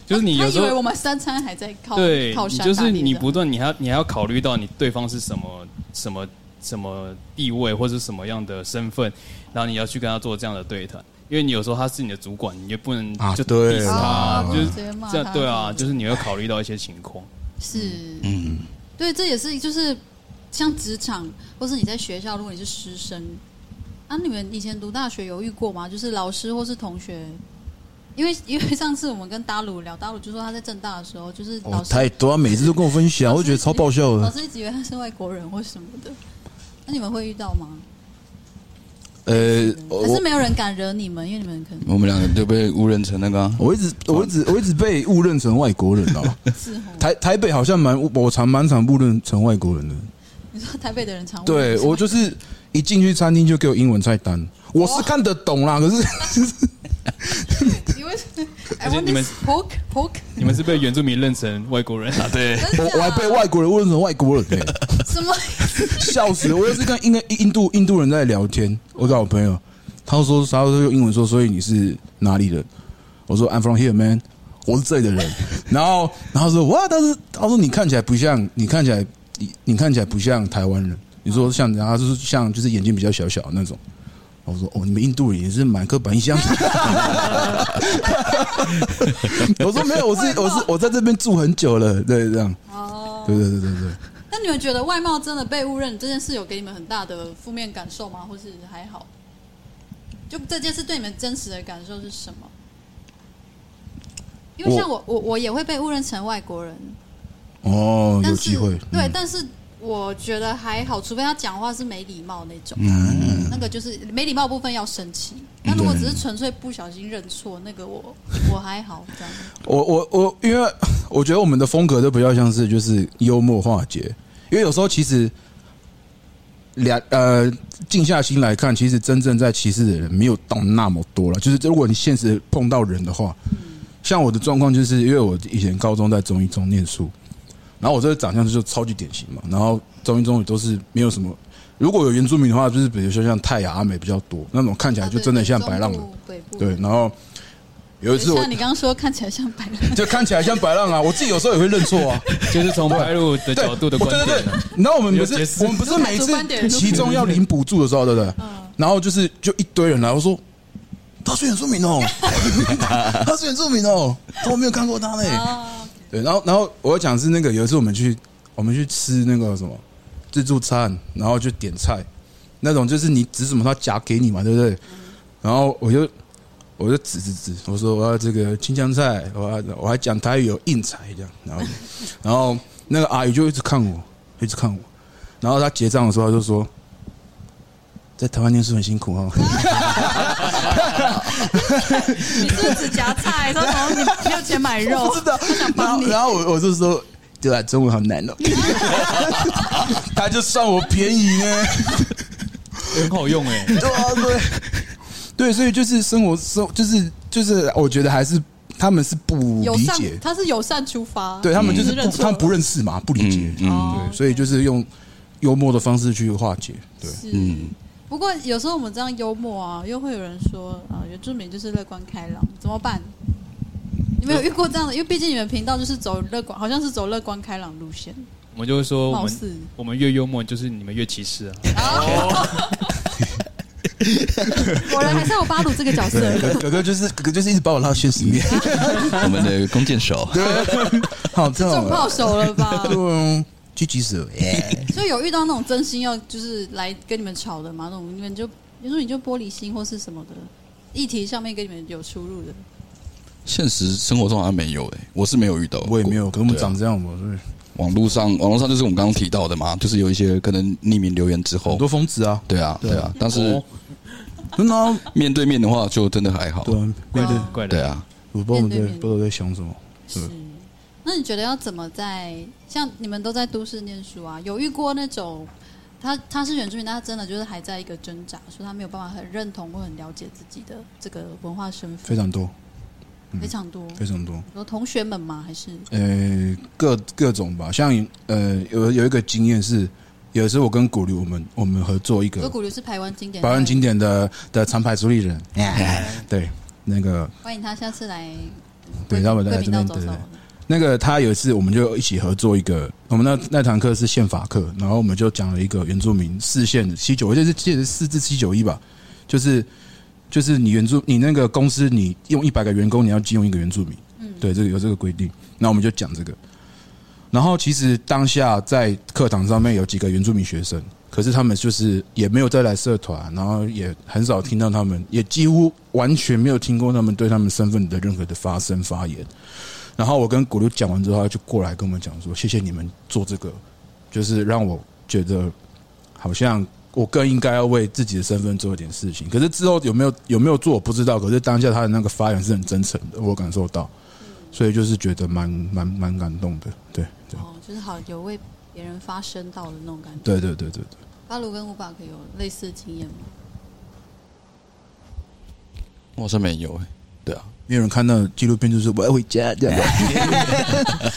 就是你有他时以为候我们三餐还在靠对，靠你山打就猎的，是你不断你还要你还要考虑到你对方是什么什么什么地位或者什么样的身份，然后你要去跟他做这样的对谈。因为你有时候他是你的主管，你也不能啊就对 diss 他，啊就是哦直接骂这他样对啊，就是你要考虑到一些情况。是，嗯，对，这也是就是像职场，或是你在学校，如果你是师生，啊，你们以前读大学有遇过吗？就是老师或是同学，因为因为上次我们跟达鲁聊，达鲁就说他在正大的时候，就是老哦，师、太多啊，每次都跟我分享，我觉得超爆笑老的。师一直以为他是外国人或什么的，那你们会遇到吗？呃，还是我没有人敢惹你们，因为你们可能我们两个就被误认成那个啊、我一直我一直我一直被误认成外国人啊。是哦。台台北好像蛮我常蛮常误认成外国人的，你说台北的人常问对是吗我就是一进去餐厅就给我英文菜单，我是看得懂啦，可是因为 I 而且 want 你们 this pork pork，你们是被原住民认成外国人，啊对， 我我还被外国人误认成外国人欸呢、什么？ 笑死！我又是跟印个印度印度人在聊天，我跟我朋友，他说他说用英文说，所以你是哪里人？我说 I'm from here, man，我是这里的人。 然后然后他说哇，但是他说你看起来不像，你看起来你你看起来不像台湾人，你说像人家就是像就是眼睛比较小小的那种。我说哦，你们印度人也是蛮刻板印象的。 我说没有，我是我是我在这边住很久了，对，这样，哦，对对对对对。那你们觉得外貌真的被误认这件事有给你们很大的负面感受吗？或是还好？就这件事对你们真实的感受是什么？因为像我，我我也会被误认成外国人，哦，有但是机会，对，但是我觉得还好，除非他讲话是没礼貌那种，嗯那个就是没礼貌的部分要生气。那如果只是纯粹不小心认错，那个我我还好这样。我我我，因为我觉得我们的风格都比较像是就是幽默化解，因为有时候其实两呃静下心来看，其实真正在歧视的人没有到那么多了。就是如果你现实碰到人的话，嗯像我的状况就是因为我以前高中在中一中念书，然后我这个长相就是超级典型嘛，然后中一中也都是没有什么。如果有原住民的话，就是比如说像泰雅、阿美比较多 那种，看起来就真的像白浪啊中人。部北部对，，然后有一次我像你刚刚说看起来像白浪，就看起来像白浪啊，我自己有时候也会认错啊。哦就是从白露的角度的 观对对点啊对，你知道我们不有解是释嗯我们不是每一主观次点其中要领补助的时候，对不对？然后就是就一堆人来，我说他是原住民 哦，他是原住民哦，我没有看过他嘞。哦啊，对，然后然后我要讲的是那个有一次我们去我们去吃那个什么自助餐，然后就点菜，那种就是你指什么他夹给你嘛，对不嗯对？然后我就我就指指指，我说我要这个青江菜，我要我还讲台语有硬菜这样，然后然后那个阿姨就一直看我，一直看我，然后她结账的时候她就说。在台湾念书很辛苦哦，你是不是只夹菜，说什么你没有钱买肉，知道。 然后，然后我我就说，对啊，中文好难哦。他就算我便宜呢。很好用哎、 对啊，对，对，所以就是生活生，就是就是，我觉得还是他们是不友理善解，，他是友善出发，对他们就是嗯不，他们不认识嘛，不理解嗯，嗯哦对，所以就是用幽默的方式去化解，对，是嗯，不过有时候我们这样幽默啊，又会有人说啊、原住民就是乐观开朗，怎么办？你们有遇过这样的？因为毕竟你们频道就是走乐观，好像是走乐观开朗路线，我们就会说我貌们似我们越幽默，就是你们越歧视啊。啊 果然还是有巴鲁这个角色。哥哥哥就是哥哥就是一直把我拉到现实面，嗯我们的弓箭手， 好这中炮哎手了吧？嗯，狙击手，耶所以有遇到那种真心要就是来跟你们吵的嘛？那种你们就你说你就玻璃心或是什么的议题上面跟你们有出入的，现实生活中好像没有诶、欸我是没有遇到， 我也没有，可能我们对啊长这样嘛，所以网络上，网络上就是我们刚刚提到的嘛，就是有一些可能匿名留言之很后，多疯子啊，对啊，对啊，但是 哦，真的啊，面对面的话就真的还好，对啊，面对哦怪的对，啊，我不知道我在面对面不知道我在想什么，是。那你觉得要怎么在像你们都在都市念书啊？有遇过那种他他是原住民，但他真的就是还在一个挣扎，说他没有办法很认同或很了解自己的这个文化身份，非常多，非常多。非常多。有同学们吗？还是呃，嗯各各种吧，像呃，有有一个经验是，有一次我跟古流我们我们合作一有个古流是台湾经典，百万经典的的长牌主理人，哎对，那个欢迎他下次来对贵他们来贵这频边道走对走对。那个他有一次我们就一起合作一个，我们那那堂课是宪法课，然后我们就讲了一个原住民四线七九，我记得是记得是四至七九一吧，就是就是你原住你那个公司你用一百个员工，你要借用一个原住民，嗯，对，这个有这个规定，那我们就讲这个。然后其实当下在课堂上面有几个原住民学生，可是他们就是也没有再来社团，然后也很少听到他们，也几乎完全没有听过他们对他们身份的任何的发声发言。然后我跟古流讲完之后，他就过来跟我们讲说：“谢谢你们做这个，就是让我觉得好像我更应该要为自己的身份做一点事情。可是之后有没有有没有做我不知道，可是当下他的那个发言是很真诚的，我感受到，所以就是觉得蛮蛮蛮感动的。对对哦，就是好有为别人发声到的那种感觉。对对对对对，巴鲁跟乌巴克有类似的经验吗？我好像没有诶、对啊，没有人看到纪录片就是我要回家这样。哎、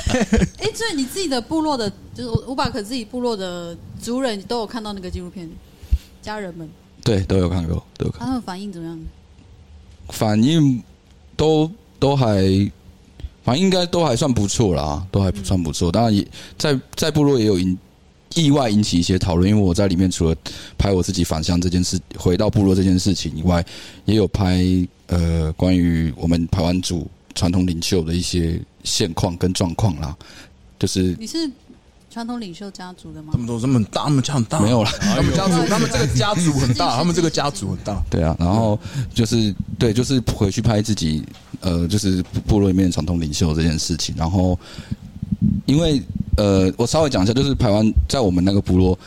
所以你自己的部落的，就是乌巴克自己部落的族人都有看到那个纪录片，家人们，对，都有看过，都有看过他们反应怎么样？反应都都还，反应应该都还算不错啦，都还不算不错。当然也在在部落也有引意外引起一些讨论，因为我在里面除了拍我自己返乡这件事，回到部落这件事情以外，也有拍呃关于我们排湾族传统领袖的一些现况跟状况啦，就是你是传统领袖家族的吗他？们都这么大，他们家很大，没有啦，他们家哎族，呦他们这个家族很是是大，是他们这个家族很大。对啊，然后就是对，就是回去拍自己呃，就是部落里面的传统领袖这件事情。然后，因为呃，我稍微讲一下，就是台湾在我们那个部落，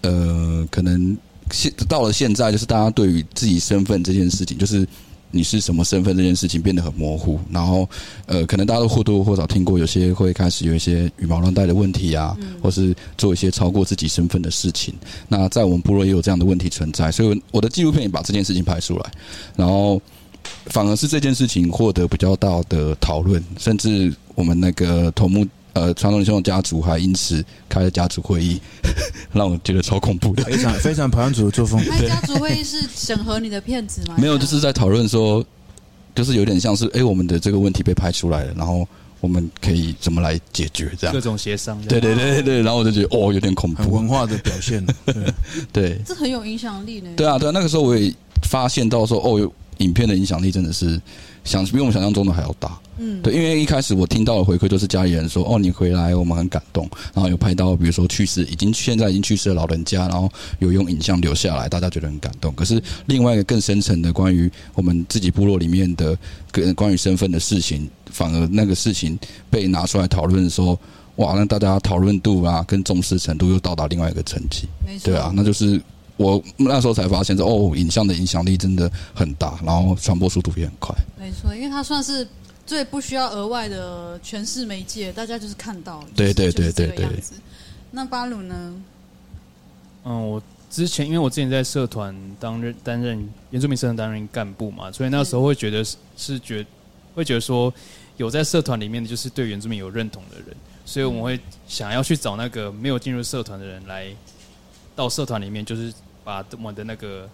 呃，可能现到了现在，就是大家对于自己身份这件事情，就是你是什么身份这件事情变得很模糊。然后，呃，可能大家都或多或少听过，有些会开始有一些羽毛乱带的问题啊，或是做一些超过自己身份的事情。那在我们部落也有这样的问题存在，所以我的纪录片也把这件事情拍出来，然后反而是这件事情获得比较大的讨论，甚至我们那个头目呃传统领袖的家族还因此开了家族会议， 让我觉得超恐怖的。非常非常排湾组的作风。那家族会议是审核你的骗子吗？ 没有，就是在讨论说，就是有点像是哎、诶我们的这个问题被拍出来了，然后我们可以怎么来解决这样各。种协商。对对对对对，然后我就觉得哦，有点恐很怖。文化的表现，对，对，这很有影响力呢。对啊，对啊，那个时候我也发现到说，哦，影片的影响力真的是想比我们想象中的还要大。嗯，啊对，因为一开始我听到的回馈都是家里人说，哦，你回来，我们很感动，然后有拍到，比如说去世已经现在已经去世的老人家，然后有用影像留下来，大家觉得很感动。可是另外一个更深层的关于我们自己部落里面的跟关于身份的事情，反而那个事情被拿出来讨论说。哇，那大家讨论度啊，跟重视程度又到达另外一个层级。没错。对啊，那就是我那时候才发现说，哦，影像的影响力真的很大，然后传播速度也很快。没错，因为它算是最不需要额外的诠释媒介，大家就是看到，就对是对就是对这个对样子。那巴鲁呢？嗯，我之前因为我之前在社团担任担任原住民社团担任干部嘛，所以那时候会觉得是是觉会觉得说有在社团里面的就是对原住民有认同的人，所以我们会想要去找那个没有进入社团的人来到社团里面，就是把我们的那个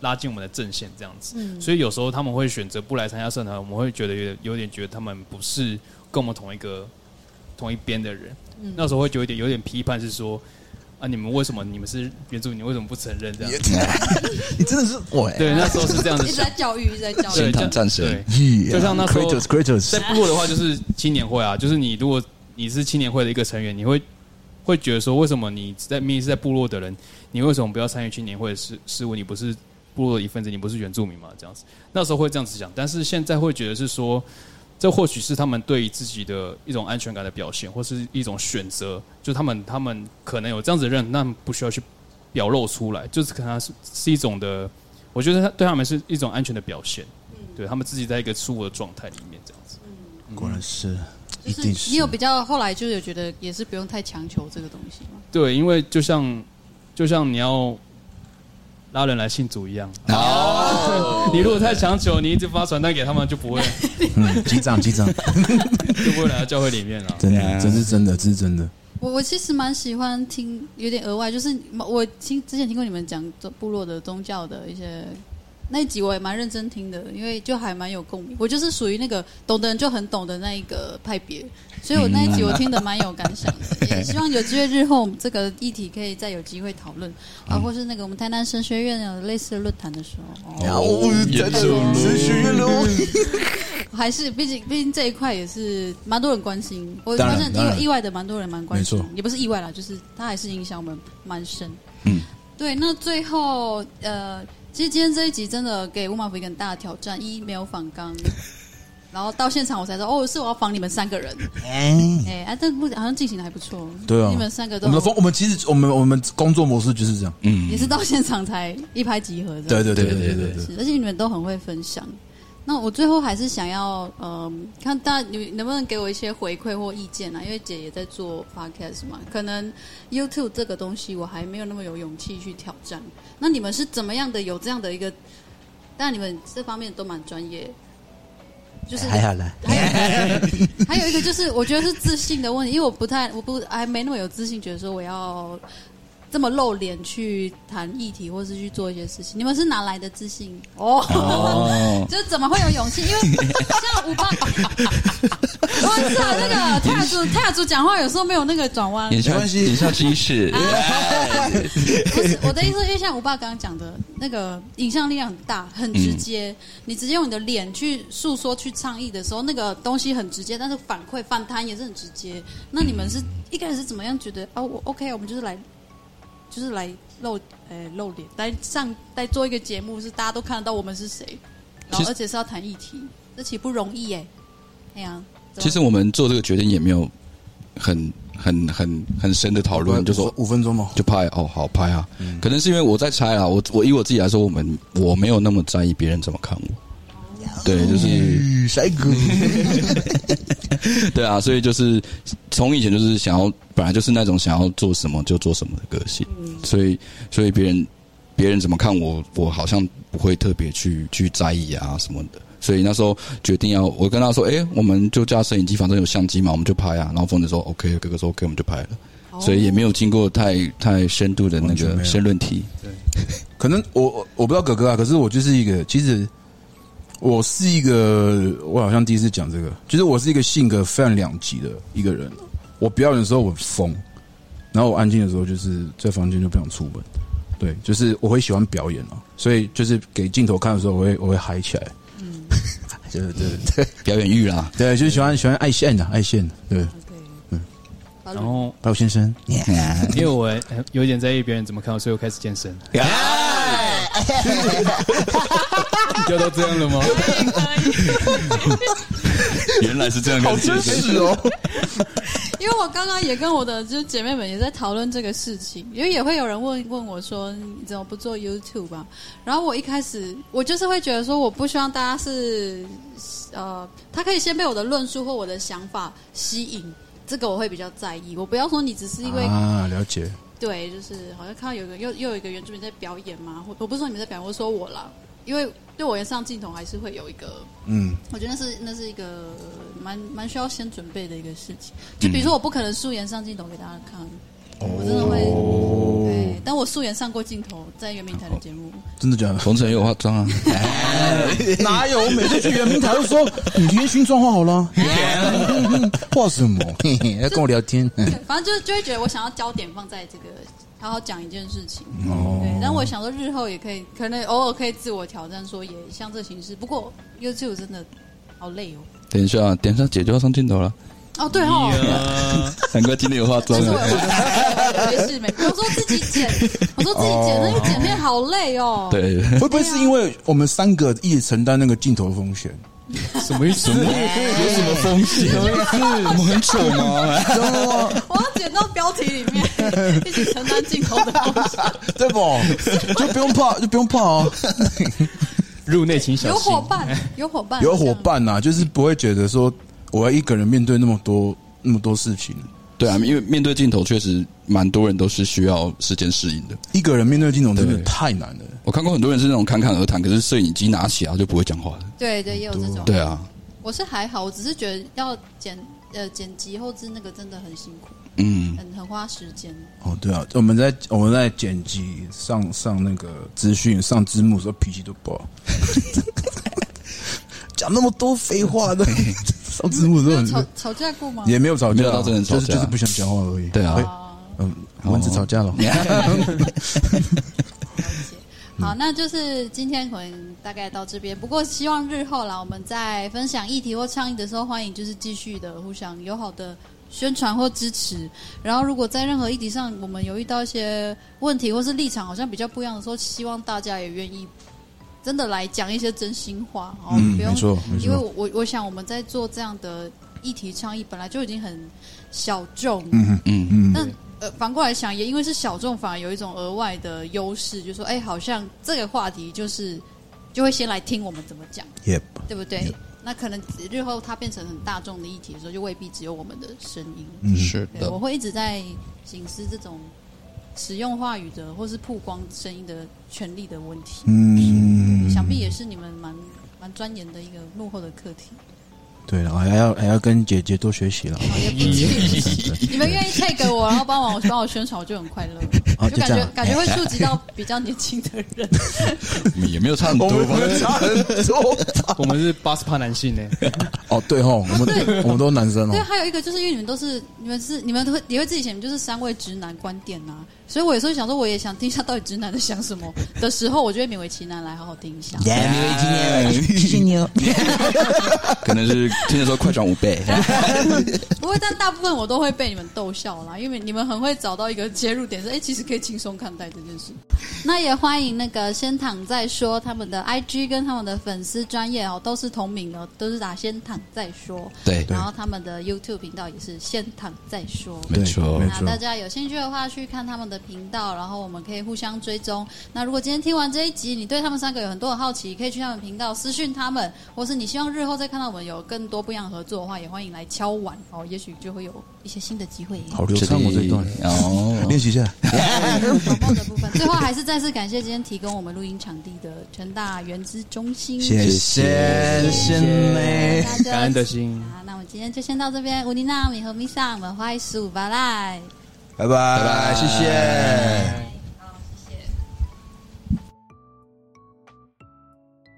拉进我们的阵线这样子。嗯，所以有时候他们会选择不来参加社团，我们会觉得有点有点觉得他们不是跟我们同一个同一边的人。嗯那时候会有点有点批判，是说啊，你们为什么你们是原住民，你为什么不承认这样？ 你真的是我哎，对，那时候是这样一子直想在。教育，一直在教对先育。谈战神对， Yeah，就像那时候 Kratos Kratos，在部落的话就是青年会啊，就是你如果你是青年会的一个成员，你会会觉得说，为什么你在明明是在部落的人，你为什么不要参与青年会的事事务？你不是部落的一份子，你不是原住民嘛？这样子，那时候会这样子想，但是现在会觉得是说，这或许是他们对于自己的一种安全感的表现，或是一种选择，就他们他们可能有这样子的认，那不需要去表露出来，就是可能是是一种的，我觉得他对他们是一种安全的表现，对他们自己在一个舒服的状态里面这样子。果然是，一就是定是你有比较后来就是有觉得也是不用太强求这个东西嘛。对，因为就像就像你要拉人来信主一样，哦， 你如果太强求，你一直发传单给他们，就不会嗯，机长机 长，就不会来到教会里面了。 真对啊的，这是真的，这是真的。我我其实蛮喜欢听，有点额外，就是我听之前听过你们讲部落的宗教的一些那一集，我也蛮认真听的，因为就还蛮有共鸣。我就是属于那个懂的人就很懂的那一个派别，所以我那一集我听得蛮有感想的。也希望有机会日后我们这个议题可以再有机会讨论，啊，或是那个我们台南神学院有类似的论坛的时候，哦哦，真的神学院喽，还是毕竟毕竟这一块也是蛮多人关心，我当发然现意当外然意外的蛮多人蛮关心没，也不是意外啦，就是它还是影响我们蛮深。嗯，对。那最后呃，其实今天这一集真的给吴马福一个很大的挑战，一没有仿 纲，然后到现场我才知道哦，是我要仿你们三个 人。哎、啊，但目前好像进行的还不错。对啊你们三个我都们的风，我们其实我们我们工作模式就是这样，嗯也是到现场才一拍即合。这对样对对对对对对对对，是，而且你们都很会分享。那我最后还是想要，嗯、看大家你能不能给我一些回馈或意见啊？因为姐也在做 podcast 嘛，可能 YouTube 这个东西我还没有那么有勇气去挑战。那你们是怎么样的有这样的一个？但你们这方面都蛮专业，就是还好啦，还有一个就是，我觉得是自信的问题，因为我不太，我不还没那么有自信，觉得说我要这么露脸去谈议题，或是去做一些事情，你们是哪来的自信？哦，哦， 就是怎么会有勇气？因为 像五八，哇塞，那个泰雅族泰雅族讲话有时候没有那个转弯，言没下关系啊言下之意 是，不是我的意思，因为像吴爸刚刚讲的那个影像力量很大，很直嗯接。你直接用你的脸去诉说、去倡议的时候，那个东西很直接，但是反馈反弹也是很直接。那你们是、嗯一开始是怎么样觉得啊？我 OK，我们就是来，就是来露呃露脸，来上来做一个节目，是大家都看得到我们是谁，然其后实而且是要谈议题，这其实不容易耶。哎呀，怎么其实我们做这个决定也没有很很很很深的讨论，就说五分钟嘛，就拍哦，好拍啊。嗯可能是因为我在猜啦，我我以我自己来说，我们我没有那么在意别人怎么看我。对，就是嗯，帅哥，对啊，所以就是从以前就是想要，本来就是那种想要做什么就做什么的个性，所以所以别人别人怎么看我，我好像不会特别去去在意啊什么的。所以那时候决定要，我跟他说，哎、我们就架摄影机，反正有相机嘛，我们就拍啊。然后疯子说 OK，哥哥说 OK，我们就拍了。所以也没有经过太太深度的那完全没个有申论题。可能我我我不知道哥哥啊，可是我就是一个，其实我是一个，我好像第一次讲这个，就是我是一个性格非常两极的一个人。我表演的时候我疯，然后我安静的时候就是在房间就不想出门。对，就是我会喜欢表演啊，所以就是给镜头看的时候，我会我会嗨起来。 嗯，对对对表演欲啦，对，就是喜欢喜欢爱线的、爱线的。对，对，然后白先生，啊因为我呃有点在意别人怎么看我，所以我开始健身。 就都这样了吗？ 原来是这样跟学生，哦， 因为我刚刚也跟我的就是姐妹们也在讨论这个事情，因为也会有人问问我说你怎么不做 YouTube 吧、然后我一开始我就是会觉得说我不希望大家是呃，他可以先被我的论述或我的想法吸引，这个我会比较在意。我不要说你只是因为、啊，了解。对，就是好像看到有个又又有一个原住民在表演嘛，我我不是说你们在表演，我说我啦，因为对我上镜头还是会有一个嗯，我觉得那是那是一个蛮蛮需要先准备的一个事情。就比如说，我不可能素颜上镜头给大家看，我真的会。对，但我素颜上过镜头，在圆明台的节目。真的假的？冯晨也有化妆啊，哪有？我每次去圆明台都说你今天新妆化好了，画什么？嘿嘿，要跟我聊天。对反正就就会觉得我想要焦点放在这个，好好讲一件事情。对，但我想说日后也可以，可能偶尔可以自我挑战，说也像这形式。不过 YouTube 真的好累哦。等一下，啊等一下姐就要上镜头了，哦，对哦。啊难怪今天有化妆 就是我啊。有，没事没事。我说自己剪，我说自己剪，那个剪片好累哦。对，会不会是因为我们三个一起承担那个镜头的风险？什么意思？有什么风险？我们很丑吗？我要剪到标题里面，一起承担镜头的风险。对不？就不用怕，就不用怕哦。入内请小有心伙。伴，有伙伴，哎有伙伴呐、就是不会觉得说我要一个人面对那么多那么多事情，对啊，因为面对镜头，确实蛮多人都是需要时间适应的。一个人面对镜头真的对太难了。我看过很多人是那种侃侃而谈，可是摄影机拿起来就不会讲话的。这样。对对，也有这种。对啊，我是还好，我只是觉得要剪呃剪辑后置那个真的很辛苦，嗯，很很花时间。哦，对啊，我们在我们在剪辑上上那个资讯上字幕的时候脾气都不 好，讲那么多废 话的，上字幕的时候没有很吵吵架过吗？也没有吵没架有啊，到真的吵就是架就是不想讲话而已。对啊哎，嗯，蚊子哦吵架了， 嗯好，那就是今天可能大概到这边。不过希望日后啦，我们在分享议题或倡议的时候，欢迎就是继续的互相友好的宣传或支持。然后，如果在任何议题上我们有遇到一些问题或是立场好像比较不一样的时候，希望大家也愿意真的来讲一些真心话哦，嗯，不用没错没因为错，我我我想我们在做这样的议题倡议，本来就已经很小众，嗯嗯嗯但呃反过来想，也因为是小众，反而有一种额外的优势，就是说哎，好像这个话题就是就会先来听我们怎么讲， ，Yep，对不对？那可能日后它变成很大众的议题的时候，就未必只有我们的声音。嗯，是对，的我，会一直在警示这种使用话语的或是曝光声音的权利的问题。嗯，想必也是你们蛮蛮钻研的一个幕后的课题。对了，还要还要跟姐姐多学习了。哦也不是 你们愿意 take 我，然后帮忙帮我宣传，我就很快乐。好就哦就感这觉样感觉会触及 到比较年轻的人。也没有差很多吧？差很多。我们是八十趴男性呢，哦，对吼，我们我们都男生对，啊哦。还有一个就是因为你们都是你们是你们都会也会自己写，你们就是三位直男观点呐、啊所以我有时候想说，我也想听一下到底直男在想什么的时候，我就会勉为其难来好好听一下。耶，没有一 斤是牛。可能是听的时候快转五倍。不过，但大部分我都会被你们逗笑啦，因为你们很会找到一个切入点，说哎，其实可以轻松看待这件事。那也欢迎那个先躺再说他们的 IG 跟他们的粉丝专业哦，都是同名的，都是打先躺再说，对，然后他们的 YouTube 频道也是先躺再说。没对错没那错大。家有兴趣的话，去看他们的频道，然后我们可以互相追踪。那如果今天听完这一集，你对他们三个有很多的好奇，可以去他们频道私讯他们，或是你希望日后再看到我们有更多不一样的合作的话，也欢迎来敲碗哦，也许就会有一些新的机会。好流畅哦，这一段哦，练习一下。广告的部分，最后还是再次感谢今天提供我们录音场地的全大原资中心。谢谢，谢谢你。大家感恩的心。好，那我们今天就先到这边。乌尼娜米和米萨，我们花一十五巴赖。拜拜，拜拜，谢谢。